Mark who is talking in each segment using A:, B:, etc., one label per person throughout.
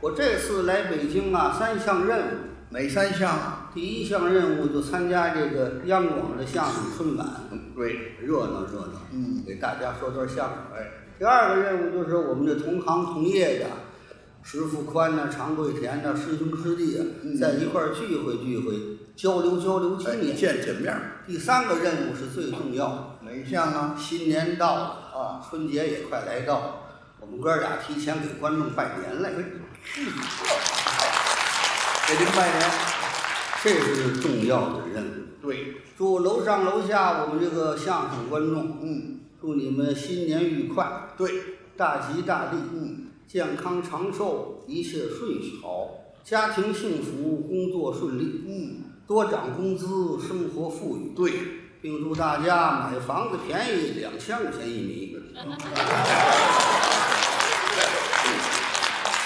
A: 我这次来北京啊，三项任务。
B: 哪三项？
A: 第一项任务就参加这个央广的相声春晚，
B: 对，
A: 热闹热闹，
B: 嗯
A: 给大家说段相声。
B: 哎，
A: 第二个任务就是我们这同行同业的，石富宽呐、常贵田呐、师兄师弟啊，
B: 嗯
A: 在一块儿聚会聚会，交流交流经
B: 哎
A: 验。
B: 见见面儿，
A: 第三个任务是最重要的，
B: 哪一项啊？
A: 新年到了啊，春节也快来到了，我们哥俩提前给观众拜年
B: 哎
A: 来，
B: 啊给您拜年。
A: 这是重要的任务。
B: 对，
A: 祝楼上楼下我们这个相声观众，
B: 嗯，
A: 祝你们新年愉快，
B: 对，
A: 大吉大利，
B: 嗯，
A: 健康长寿，一切顺利，好，家庭幸福，工作顺利，
B: 嗯，
A: 多涨工资，生活富裕，
B: 对，
A: 并祝大家买房子便宜两千块钱一米。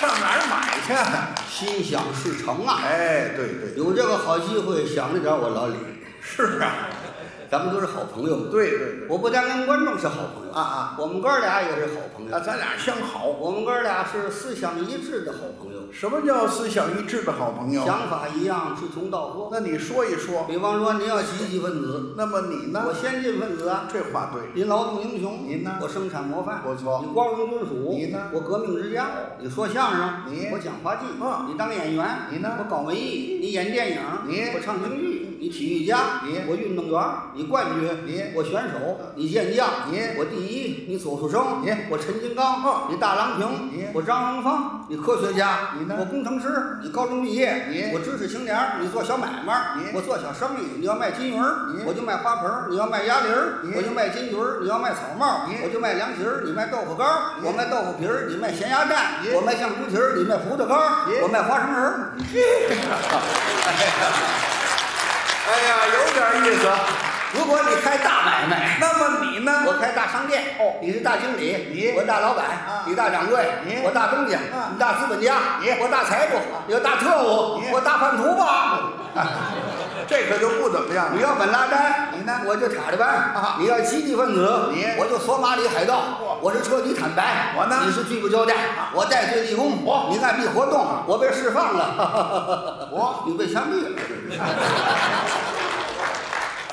B: 上哪儿买去？啊
A: 心想事成啊！
B: 哎，对对，
A: 有这个好机会，想着点我老李，
B: 是啊，
A: 咱们都是好朋友。，
B: 对对对，
A: 我不但跟观众是好朋友
B: 啊啊，
A: 我们哥俩也是好朋
B: 那
A: 友。
B: 咱俩相好。
A: 我们哥俩是思想一致的好朋友，
B: 什么叫思想一致的好朋友？
A: 想法一样，志同道合。
B: 那你说一说。
A: 比方说，您要积极分子，
B: 那么你呢
A: 我？先进分子啊；
B: 这话对，
A: 您劳动英雄，
B: 您呢
A: 我生产模范，
B: 不错
A: 你光荣君主，
B: 你呢
A: 我革命之家；你说相声，
B: 你
A: 我讲话剧，
B: 啊
A: 你当演员，
B: 你呢
A: 我搞文艺，你演电影，
B: 你
A: 我唱京剧，你体育家，
B: 你
A: 我运动员，你冠军，
B: 你
A: 我选手，你健将，
B: 你
A: 我第一，你左树生，
B: 你
A: 我陈金刚，
B: 啊
A: 你大郎平，
B: 你
A: 我张荣芳，你科学家，
B: 你呢
A: 我工程师，你高中毕业，
B: 你
A: 我知识青年，你做小买卖，
B: 你
A: 我做小生意，你要卖金鱼儿
B: 你
A: 我就卖花盆儿，你要卖鸭梨儿
B: 你
A: 我就卖金鱼儿你要卖草帽儿
B: 你
A: 我就卖凉皮儿，你卖豆腐干儿
B: 你
A: 我卖豆腐皮儿，你卖咸鸭蛋
B: 你，
A: 我卖酱猪蹄儿，你卖葡萄干儿
B: 你
A: 我卖花生仁儿
B: 哎呀，有点意思。
A: 如果你开大买卖，
B: 那么你呢？
A: 我开大商店，
B: 哦
A: 你是大经理，
B: 你
A: 我大老板，
B: 啊
A: 你大掌柜，
B: 你
A: 我大东家，
B: 啊
A: 你大资本家，
B: 你啊
A: 我大财主，你我大特务，
B: 你
A: 我大叛徒吧。
B: 这可就不怎么样
A: 你
B: 了。
A: 要本拉登，
B: 你呢
A: 我就塔利班
B: 啊
A: 你要积极分子，
B: 你
A: 我就索马里海盗
B: 哇，
A: 我是彻底坦白。
B: 我呢啊
A: 你是拒不交代，我戴罪立功。
B: 我啊
A: 你按弊活动，我被释放了。
B: 我
A: 你被枪毙了。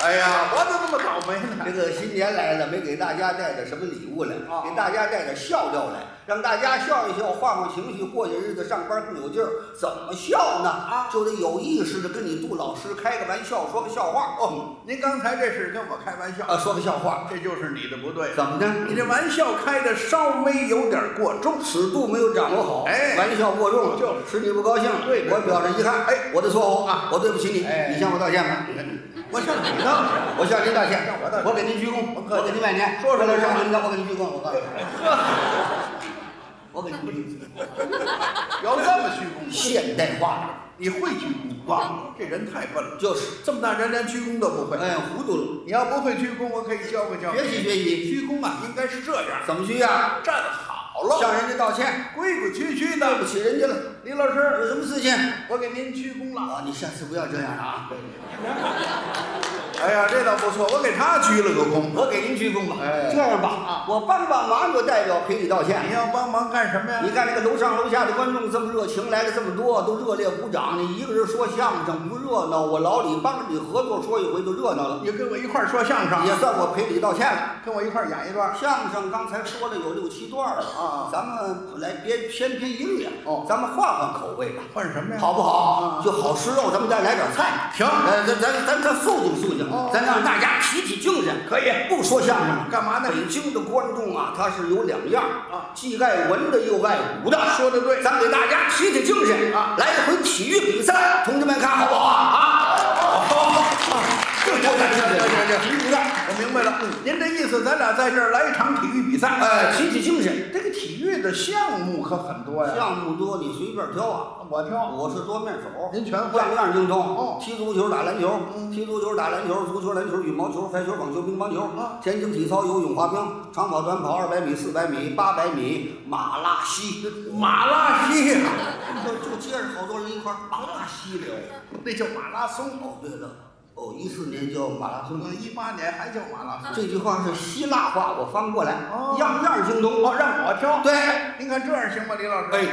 B: 哎呀，我怎么那么倒霉呢？
A: 这个新年来了，没给大家带点什么礼物来，
B: 啊
A: 给大家带点笑料来，让大家笑一笑，换换情绪，过些日子上班更有劲儿。怎么笑呢？
B: 啊
A: 就得有意识的跟你杜老师开个玩笑，说个笑话。哦，
B: 您刚才这是跟我开玩笑，
A: 啊，说个笑话，
B: 这就是你的不对。
A: 怎么呢？
B: 你这玩笑开的稍微有点过重。
A: 尺度没有掌握好，
B: 哎
A: 玩笑过重，
B: 就是
A: 使你不高兴，
B: 对对
A: 我表示遗憾，
B: 哎
A: 我的错误啊，我对不起你，
B: 哎
A: 你向我道歉吧，
B: 我向你道歉。
A: 我向您道歉
B: 向我道，歉
A: 我给您鞠躬，
B: 不客气
A: 我给您拜年，
B: 说说
A: 为了
B: 说
A: 让您的，我给您鞠躬，我告诉你，我给您鞠躬，
B: 要这么鞠躬，
A: 现代化
B: 你会鞠躬吧？这人太笨了，
A: 就是，
B: 这么大人连鞠躬都不会。
A: 哎，糊涂了，
B: 你要不会鞠躬，我可以教给教给
A: 学习学习，
B: 鞠躬啊，应该是这样，
A: 怎么去呀？
B: 站好了，
A: 向人家道歉，
B: 规规矩
A: 对
B: 矩的
A: 不。起人家了，
B: 李老师，
A: 有什么事情？
B: 我给您鞠躬了。
A: 啊，你下次不要这样了啊，
B: 哎呀，这倒不错，我给他鞠了个躬。
A: 我给您鞠躬吧，
B: 哎
A: 这样吧，我帮帮忙就代表陪你道歉。
B: 你要帮忙干什么呀
A: 你？看这个楼上楼下的观众这么热情，来了这么多，都热烈鼓掌。你一个人说相声不热闹，我老李帮着你合作说一回就热闹了，
B: 你跟我一块儿说相声
A: 也，算我赔礼道歉了。
B: 跟我一块儿演一段。
A: 相声刚才说了有六七段了
B: 啊
A: 咱们来别偏偏一律
B: 哦
A: 咱们换换口味吧，
B: 换什么呀？
A: 好不好？
B: 啊
A: 就好吃肉，咱们再来点菜。
B: 行
A: 呃，咱咱咱咱肃静肃静
B: 哦，
A: 咱让大家提提精神。
B: 可以
A: 不说相声了
B: 干嘛呢
A: 北京的观众啊，他是有两样
B: 啊
A: 既爱文的又爱武的。
B: 说得对
A: 咱给大家提提精神
B: 啊
A: 来一回体育比赛，同志们看好不好 啊？啊，这多感
B: 这这这这
A: 体育比赛，
B: 我明白了，您这意思，咱俩在这儿来一场体育比赛。
A: 哎，提提精神。
B: 这个体育的项目可很多呀。
A: 项目多，你随便挑啊。
B: 我挑，
A: 我是多面手，
B: 您全会
A: 样样精通。
B: 哦
A: 踢足球、打篮球，
B: 嗯
A: 踢足球、打篮球，足球、篮球、羽毛球、排球、网球、乒乓球，
B: 啊
A: 田径、体操、游泳、滑冰，长跑、短跑，二百米、四百米、八百米，马拉西。
B: 马拉西，
A: 就就接着好多人一块儿马拉西聊。
B: 那叫马拉松。
A: 哦，对了，哦，一四年叫马拉松。
B: 一八年还叫马拉松。
A: 这句话是希腊话，我翻过来，
B: 哦
A: 样样精通。
B: 哦，让我挑。
A: 对，
B: 您看这样行吗，李老师？
A: 哎，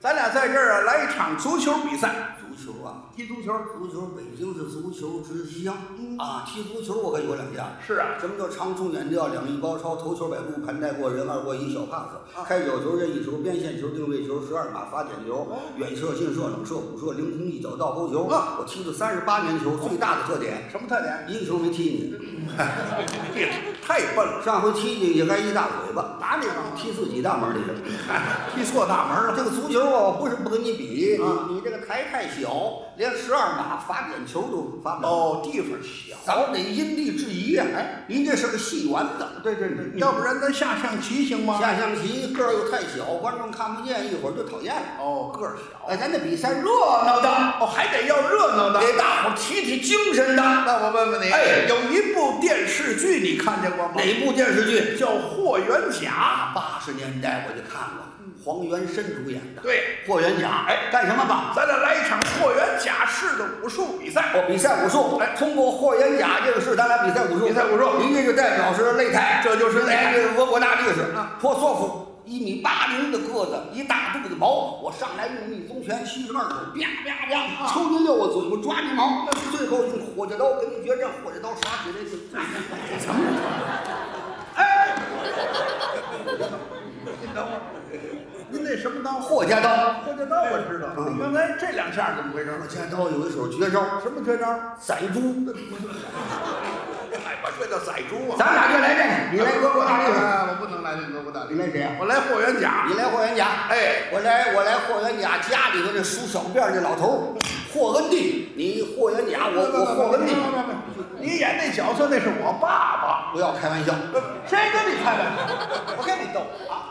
B: 咱俩在这儿啊，来一场足球比赛，
A: 足球啊，
B: 踢足球。
A: 足球北京是足球之乡
B: 嗯
A: 啊，踢足球我可有两下。
B: 是啊，
A: 什么叫长冲远吊、两翼包抄、头球摆渡、盘带过人、二过一小
B: 啊
A: pass、开角球、任意球、边线球、定位球、十二码罚点球、远射、近射、冷射、补射、凌空一脚倒钩球。
B: 哦啊
A: 我踢了三十八年球，最大的特点，
B: 什么特点？
A: 一个球没踢你。
B: 这太笨了，
A: 上回踢你也该一大嘴巴，
B: 哪里能
A: 踢
B: 踢
A: 自己大门 里了。
B: 踢错大门了？
A: 这个足球啊，我不是不跟你比，
B: 啊
A: 你你这个台太小，连十二码罚点球都罚不了。
B: 哦，地方小。
A: 咱们得因地制宜呀，哎，您这是个戏园子。
B: 对对对，要不然咱下象棋行吗？
A: 下象棋个儿又太小，观众看不见，一会儿就讨厌了。
B: 哦，个儿小。
A: 哎，咱这比赛热闹的，
B: 哦，还得要热闹的。
A: 给大伙儿提提精神的。
B: 那我问问你，
A: 哎
B: 有一部电视剧你看见过吗？
A: 哪部电视剧？
B: 叫《霍元甲
A: 八十年代我就看过，黄元申主演》。的《
B: 对，
A: 霍元甲》。
B: 哎
A: 干什么吧？
B: 咱俩来一场霍元甲式的武术比赛。
A: 哦，比赛武术。
B: 哎
A: 通过霍元甲这个事，咱俩比赛武术。哦
B: 比赛武术
A: 您这就代表是擂台，
B: 这就是擂台
A: 哎这俄国大力士
B: 啊
A: 托索夫，一米八零的个子，一大肚子毛。我上来用密宗拳七十二手，啪啪啪，
B: 啊
A: 抽筋溜我嘴巴抓你毛，最后用火箭刀跟你决战，火箭刀杀起来是最什么？
B: 哎，您等会儿，您那什么刀？
A: 霍家刀，
B: 霍家刀我知道。
A: 嗯
B: 刚才这两下怎么回事？
A: 霍家刀有一手绝招，
B: 什么绝招？
A: 宰猪。
B: 哎，我这叫宰猪啊！
A: 咱俩就来这个，你来俄国大力士，
B: 哎，我不能来这俄国大力
A: 你来谁啊？
B: 我来霍元甲
A: 你。来霍元甲。
B: 哎，
A: 我来，我来霍元甲家里头这梳小辫儿这老头儿，霍恩弟，你霍元
B: 啊
A: 甲，我我霍恩弟，
B: 你演那角色那是我爸爸，
A: 不要开玩笑，
B: 谁跟你开玩笑？ 我跟你斗啊！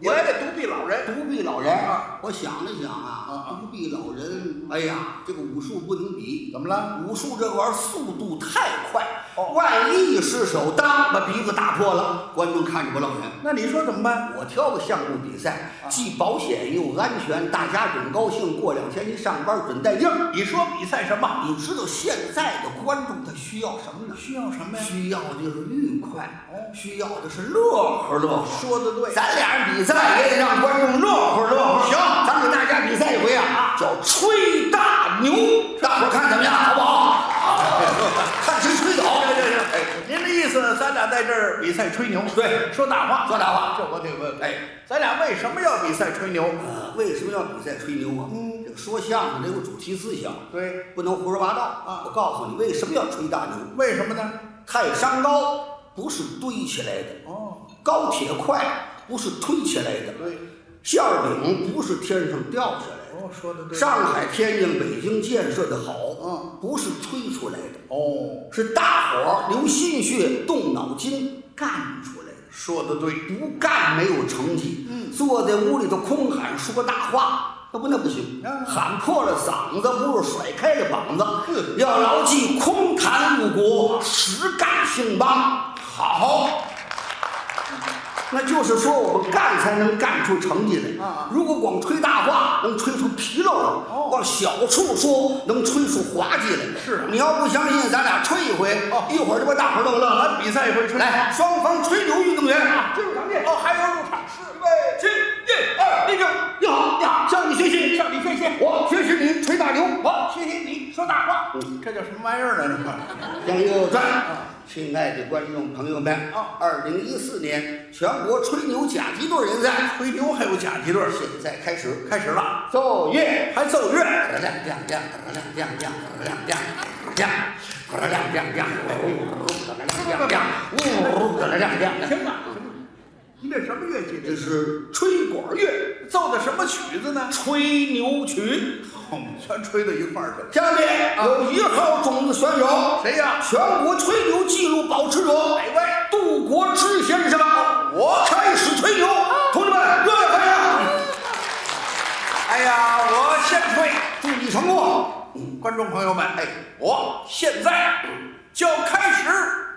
B: 你来这独臂老人，
A: 独臂老人
B: 啊，
A: 我想了想啊
B: 啊，
A: 独臂老人，哎呀，这个武术不能比，
B: 怎么了？
A: 武术这玩意儿速度太快
B: 哦，
A: 万一一失手，当把鼻子打破了，观众看着不落眼。
B: 那你说怎么办？
A: 我挑个项目比赛，既保险又安全，大家准高兴，过两天一上班准带劲儿。
B: 哎你说比赛什么？
A: 你知道现在的观众他需要什么呢？
B: 需要什么呀？
A: 需要的就是愉快
B: 哦，
A: 需要的是乐呵乐呵。
B: 说的对，
A: 咱俩人比赛也得让观众乐呵乐呵。
B: 行
A: 咱们给大家比赛一回啊，叫吹大牛，大伙儿看怎么样，好不好？看谁吹倒。
B: 对对对，哎，您的意思，咱俩在这儿比赛吹牛，
A: 对
B: 说大话，
A: 说大话
B: 这我得问。
A: 哎，
B: 咱俩为什么要比赛吹牛？
A: 呃，为什么要比赛吹牛啊？
B: 嗯
A: 这个说相声得有主题思想，
B: 对，
A: 不能胡说八道
B: 啊
A: 我告诉你，为什么要吹大牛？
B: 为什么呢？
A: 泰山高不是堆起来的，
B: 哦，
A: 高铁快不是推起来的，
B: 对，
A: 馅儿饼不是天上掉下来
B: 哦，说的
A: 的，
B: 对。
A: 上海、天津、北京建设的好，
B: 嗯，
A: 不是吹出来的，
B: 哦，
A: 是大伙儿流心血、动脑筋干出来的。
B: 说的对，
A: 不干没有成绩，
B: 嗯
A: 坐在屋里头空喊说大话，那不那不行，
B: 嗯
A: 喊破了嗓子不如甩开了膀子。
B: 嗯
A: 要牢记空谈误国，实干兴邦。好，
B: 嗯
A: 那就是说我们干才能干出成绩来。
B: 啊啊
A: 如果光吹大话，能吹出纰漏来；
B: 哦
A: 往小处说，能吹出滑稽来。
B: 是啊
A: 你要不相信，咱俩吹一回，
B: 哦
A: 一会儿就把大伙儿逗乐了
B: 咱。比赛一回吹牛。
A: 来，啊双方吹牛运动员。
B: 进入场地。哦，还有入场是备，起，一二，立正。
A: 你好，你好，向你学习，
B: 向你学习
A: 我学习你吹大牛，嗯
B: 我谢谢你说大话，这叫什么玩意儿呢？
A: 向右转。亲爱的观众朋友们，二零一四年全国吹牛甲级队联赛
B: 这吹牛还有假鸡队，
A: 现在开始，
B: 开始了，
A: 奏乐，
B: 还奏乐。
A: 亮亮亮亮亮亮亮亮亮亮。亮亮亮亮，亮亮，呜，亮亮亮，
B: 行了，行了，你这什么乐器？
A: 这是吹管乐，
B: 奏的什么曲子呢？
A: 吹牛曲。
B: 我们全吹到一块儿去了。
A: 下面有一号种子选手，
B: 啊谁呀
A: 全国吹牛纪录保持者，
B: 哪位？
A: 杜国之先生，
B: 我啊
A: 开始吹牛，同志们热烈欢迎！
B: 哎呀，我先吹。
A: 祝你成功！
B: 观众朋友们，哎，我现在就开始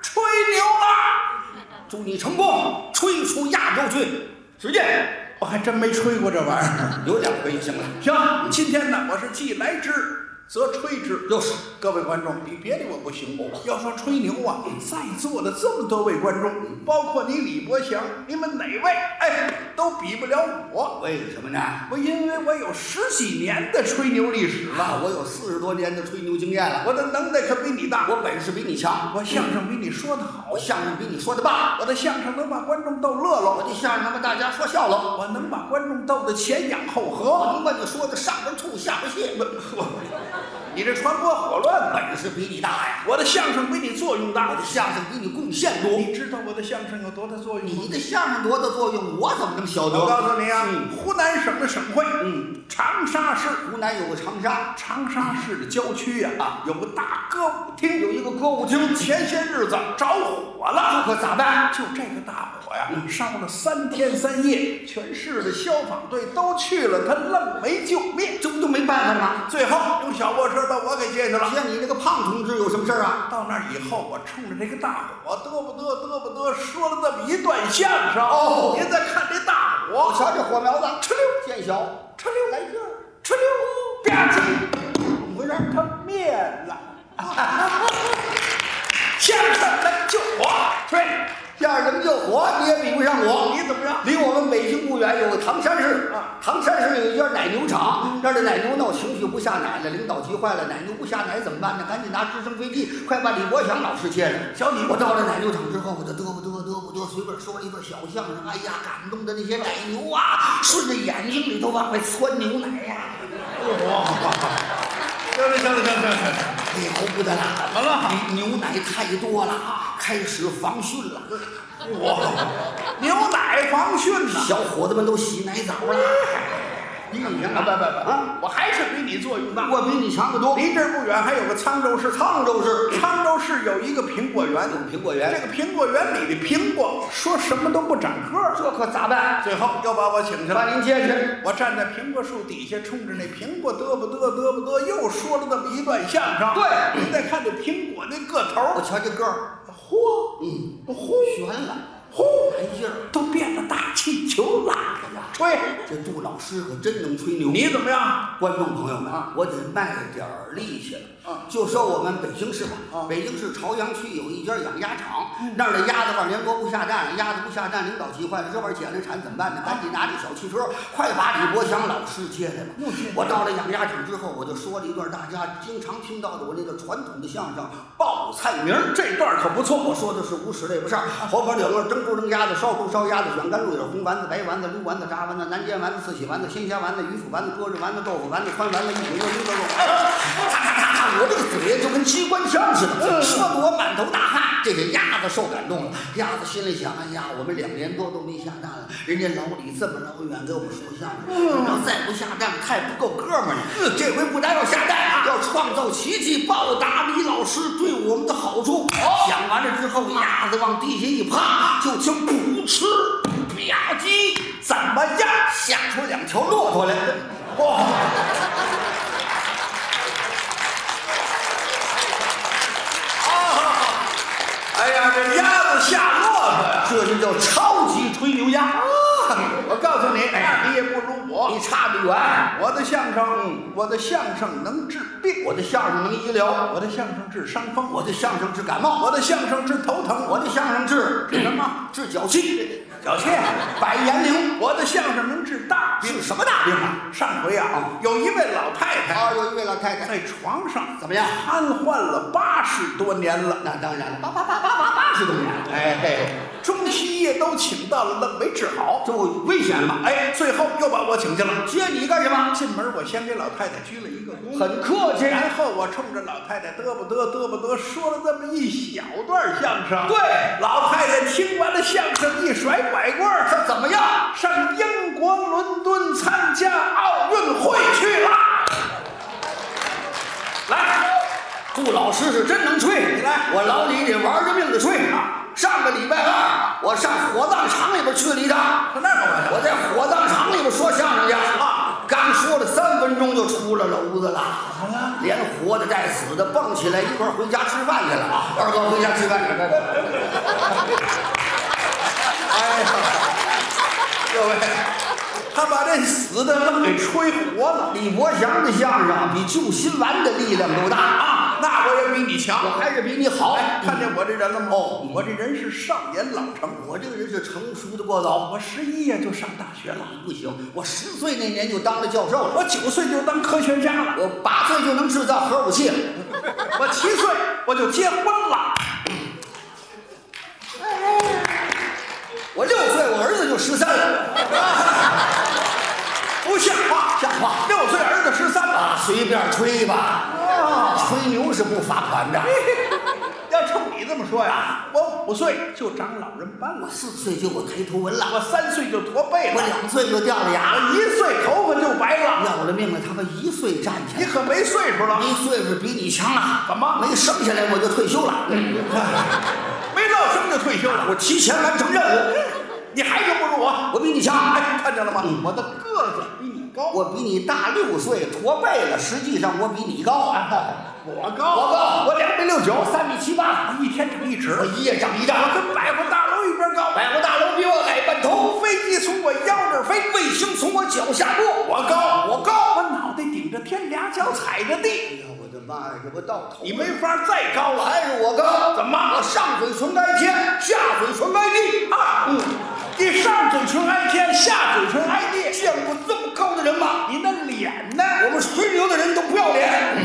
B: 吹牛啦！
A: 祝你成功！吹出亚洲去！使劲，
B: 我还真没吹过这玩意儿。
A: 有两回就行了。
B: 行，今天呢，我是既来之则吹之。
A: 就是
B: 各位观众，你别理我不行。要说吹牛啊，在座的这么多位观众，包括你李伯祥，你们哪位哎都比不了我。
A: 为什么呢？
B: 我因为我有十几年的吹牛历史了，
A: 啊，我有四十多年的吹牛经验了，
B: 我的能耐可比你大，
A: 我本事比你强，
B: 我相声比你说的好
A: 我，相声比你说的棒，
B: 我的相声能把观众逗乐了
A: 我，的相声能把大家说笑 了，
B: 我能把观众逗得前仰后
A: 我
B: 合。
A: 能把你说的上边吐下边泻，
B: 你这传播火乱呐！
A: 本事比你大呀！
B: 我的相声比你作用
A: 我
B: 大
A: 的，相声比你贡献多，
B: 你知道我的相声有多大作用吗
A: 你？的相声多大作用，我怎么能晓
B: 我
A: 得？
B: 告诉你啊，
A: 嗯
B: 湖南省的省会，
A: 嗯，
B: 长沙市，
A: 湖南有个长沙，
B: 长沙市的郊区呀、啊，
A: 嗯
B: 有个大歌舞厅，
A: 有一个歌舞厅，
B: 前些日子着火
A: 那
B: 了。
A: 可咋办？嗯
B: 就这个大火呀，烧了三天三夜，全市的消防队都去了，他愣没救灭。
A: 这不就没办法吗？
B: 最后用小货车把我给接去了。
A: 像你这个胖同志有什么事儿啊？
B: 到那儿以后，我冲着这个大火嘚不嘚嘚不嘚说了这么一段相声。
A: 哦
B: 您再看这大
A: 我
B: 火，
A: 瞧这火苗子，哧溜见小，
B: 哧溜
A: 来劲儿，
B: 哧溜，吧唧。
A: 怎么回事？
B: 它灭了。相声来救火，吹，
A: 相声救火你也比不上我，
B: 你怎么样？
A: 离我们北京不远有个唐山市
B: 啊，嗯
A: 唐山市有一家奶牛场，那儿的奶牛闹情绪不下奶了，领导急坏了，奶牛不下奶怎么办呢？赶紧拿直升飞机，快把李国祥老师接来。
B: 小李
A: 我到了奶牛场之后，我就嘚啵嘚啵嘚啵嘚，随便说一段小相声，哎呀，感动的那些奶牛啊，顺着眼睛里头往外窜牛奶呀、
B: 行了行了行了行了，
A: 哎呦不得了，怎
B: 么了？
A: 牛奶太多了，啊开始防汛了，
B: 哇，牛奶防汛呢。
A: 小伙子们都洗奶澡了。你怎么样
B: 啊不
A: 啊？
B: 不不啊！我还是比你作用大。
A: 我比你强得多。
B: 离这儿不远还有个沧州市，
A: 沧州市
B: 沧州市有一个苹果园，
A: 有苹果
B: 这
A: 园，
B: 个苹果园里的苹果说什么都不长个儿。
A: 这可咋办？
B: 最后又把我请去了
A: 把。您接去。
B: 我站在苹果树底下，冲着那苹果嘚不嘚嘚不嘚，又说了这么一段相声。
A: 对
B: 你再看这苹果那个头
A: 我
B: 儿，
A: 瞧这个儿，
B: 嚯，
A: 嗯，
B: 嚯
A: 悬了，
B: 嚯，
A: 来劲儿。
B: 都变了大气球了。
A: 哎呀，
B: 吹，
A: 这杜老师可真能吹牛。
B: 你怎么样？
A: 观众朋友们
B: 啊，
A: 我得卖点儿力气了。
B: 啊
A: 就说我们北京市吧，
B: 啊嗯
A: 北京市朝阳区有一家养鸭场，那儿的鸭子往年国不下蛋了，鸭子不下蛋，领导急坏了，这玩意儿减了产怎么
B: 啊
A: 办呢？赶紧拿着小汽车，快把李伯祥老师接来吧
B: 又接来。
A: 我到了养鸭场之后，我就说了一段大家经常听到的我那个传统的相声《报菜名》。
B: 这段可不错。
A: 我说的是无屎类不上，猴脖领儿、蒸猪蒸鸭子、烧猪烧鸭子、卷干鹿眼、红丸子、白丸子、溜丸子、炸丸子、南煎丸子、四喜丸子、鲜虾丸子、鱼腐丸子、鸽子丸子、豆腐丸子、宽丸子、一品肉、驴子肉。哎，咔咔咔咔，我这个嘴就跟机关枪似的，说的我满头大汗。这些鸭子受感动了，鸭子心里想：哎呀，我们两年多都没下蛋了，人家老李这么老远给我们说相声，要再不下蛋太不够哥们儿
B: 嗯
A: 了。这回不但要下蛋啊，要创造奇迹，报答李老师对我们的好处。
B: 哦
A: 讲完了之后，鸭子往地下一
B: 啊
A: 趴，就听“噗嗤”，吧唧，
B: 怎么样？
A: 吓出两条骆驼来。
B: 哇！哎呀，这鸭子下骆驼呀！
A: 这就叫超级吹牛鸭，
B: 啊我告诉你，哎，你也不如我。
A: 你差得远。
B: 我的相声，我的相声能治病，
A: 我的相声能医疗，
B: 我的相声治伤风，
A: 我的相声治感冒，
B: 我的相声治头疼，
A: 我的相声治
B: 治什么？
A: 治脚气、
B: 小气。
A: 百言灵。
B: 我的相声能治大病，
A: 是什么大病啊？
B: 上回啊，有一位老太太
A: 啊，有一位老太太，
B: 在床上
A: 怎么样
B: 瘫痪了八十多年了。
A: 那当然了，八八八八八八十多年了，哎嘿，
B: 中西医都请到了，愣没治好。
A: 这不危险了吗？
B: 哎，最后又把我请去了。
A: 接你干什么？
B: 进门我先给老太太鞠了一个躬，
A: 很客气
B: 然后我冲着老太太嘚不嘚嘚不嘚说了这么一小段相声。
A: 对，
B: 老太太听完了相声，一甩拐棍儿，
A: 这怎么样？
B: 上英国伦敦参加奥运会去了。来，
A: 顾老师是真能吹，
B: 你来
A: 我老李也玩着命的吹。上个礼拜二，我上火葬场里边去了一趟，
B: 上那儿干嘛
A: 我在火葬场里边说相声去啊，刚说了三分钟就出了娄子了。
B: 怎么了？
A: 连活的带死的蹦起来一块儿回家吃饭去了啊！二哥回家吃饭去了。哎呀，
B: 各位，他把这死的愣给吹活了
A: 李伯祥的相声啊比救心丸的力量都大啊！
B: 啊！那我也比你强
A: 我，还是比你好。
B: 哎，看见我这人了吗？
A: 哦
B: 我这人是少年老成，
A: 我这个人是成熟的过早，
B: 我十一呀就上大学了，
A: 不行，我十岁那年就当了教授了，
B: 我九岁就当科学家了，
A: 我八岁就能制造核武器了。
B: 我七岁我就结婚了，
A: 我六岁，我儿子就十三了，
B: 不像话！
A: 像话
B: 六岁儿子十三了，
A: 啊，随便吹吧，
B: 哦
A: 吹牛是不罚款
B: 哎
A: 的。
B: 要冲你这么说呀，我五岁就长老人斑
A: 我
B: 了，
A: 四岁就有抬头纹
B: 我
A: 了，
B: 三岁就驼背
A: 我
B: 了，
A: 两岁就掉了牙了，
B: 我一岁头发就白了，
A: 要了命了，他们一岁站起
B: 你
A: 来。
B: 可没岁数了，
A: 一岁数比你强啊！
B: 怎么
A: 没生下来我就退休了？
B: 没到生就退休了，
A: 我提前完成任务，
B: 你还是不如我。
A: 我比你强。
B: 哎，看见了吗？我的个子比你高，
A: 我比你大六岁，驼背了，实际上我比你高。哎
B: 我高
A: 我高
B: 我两米六九，
A: 我三米七八，
B: 一天长一尺
A: 我，一夜长一丈。
B: 我跟百货大楼一边高，
A: 百货大楼比我矮半头，
B: 飞机从我腰这儿飞，
A: 卫星从我脚下过。
B: 我高，我高，我脑袋顶着天，俩脚踩着地，
A: 哎呀，我的妈呀，这不到头了
B: 你没法再高了。
A: 还是我高？
B: 怎么
A: 我上嘴唇挨天，下嘴唇挨地。
B: 啊，嗯，哎你上嘴唇挨天，下嘴唇挨地，
A: 见过这么高的人吗？
B: 你那脸呢？
A: 我们吹牛的人都不要脸。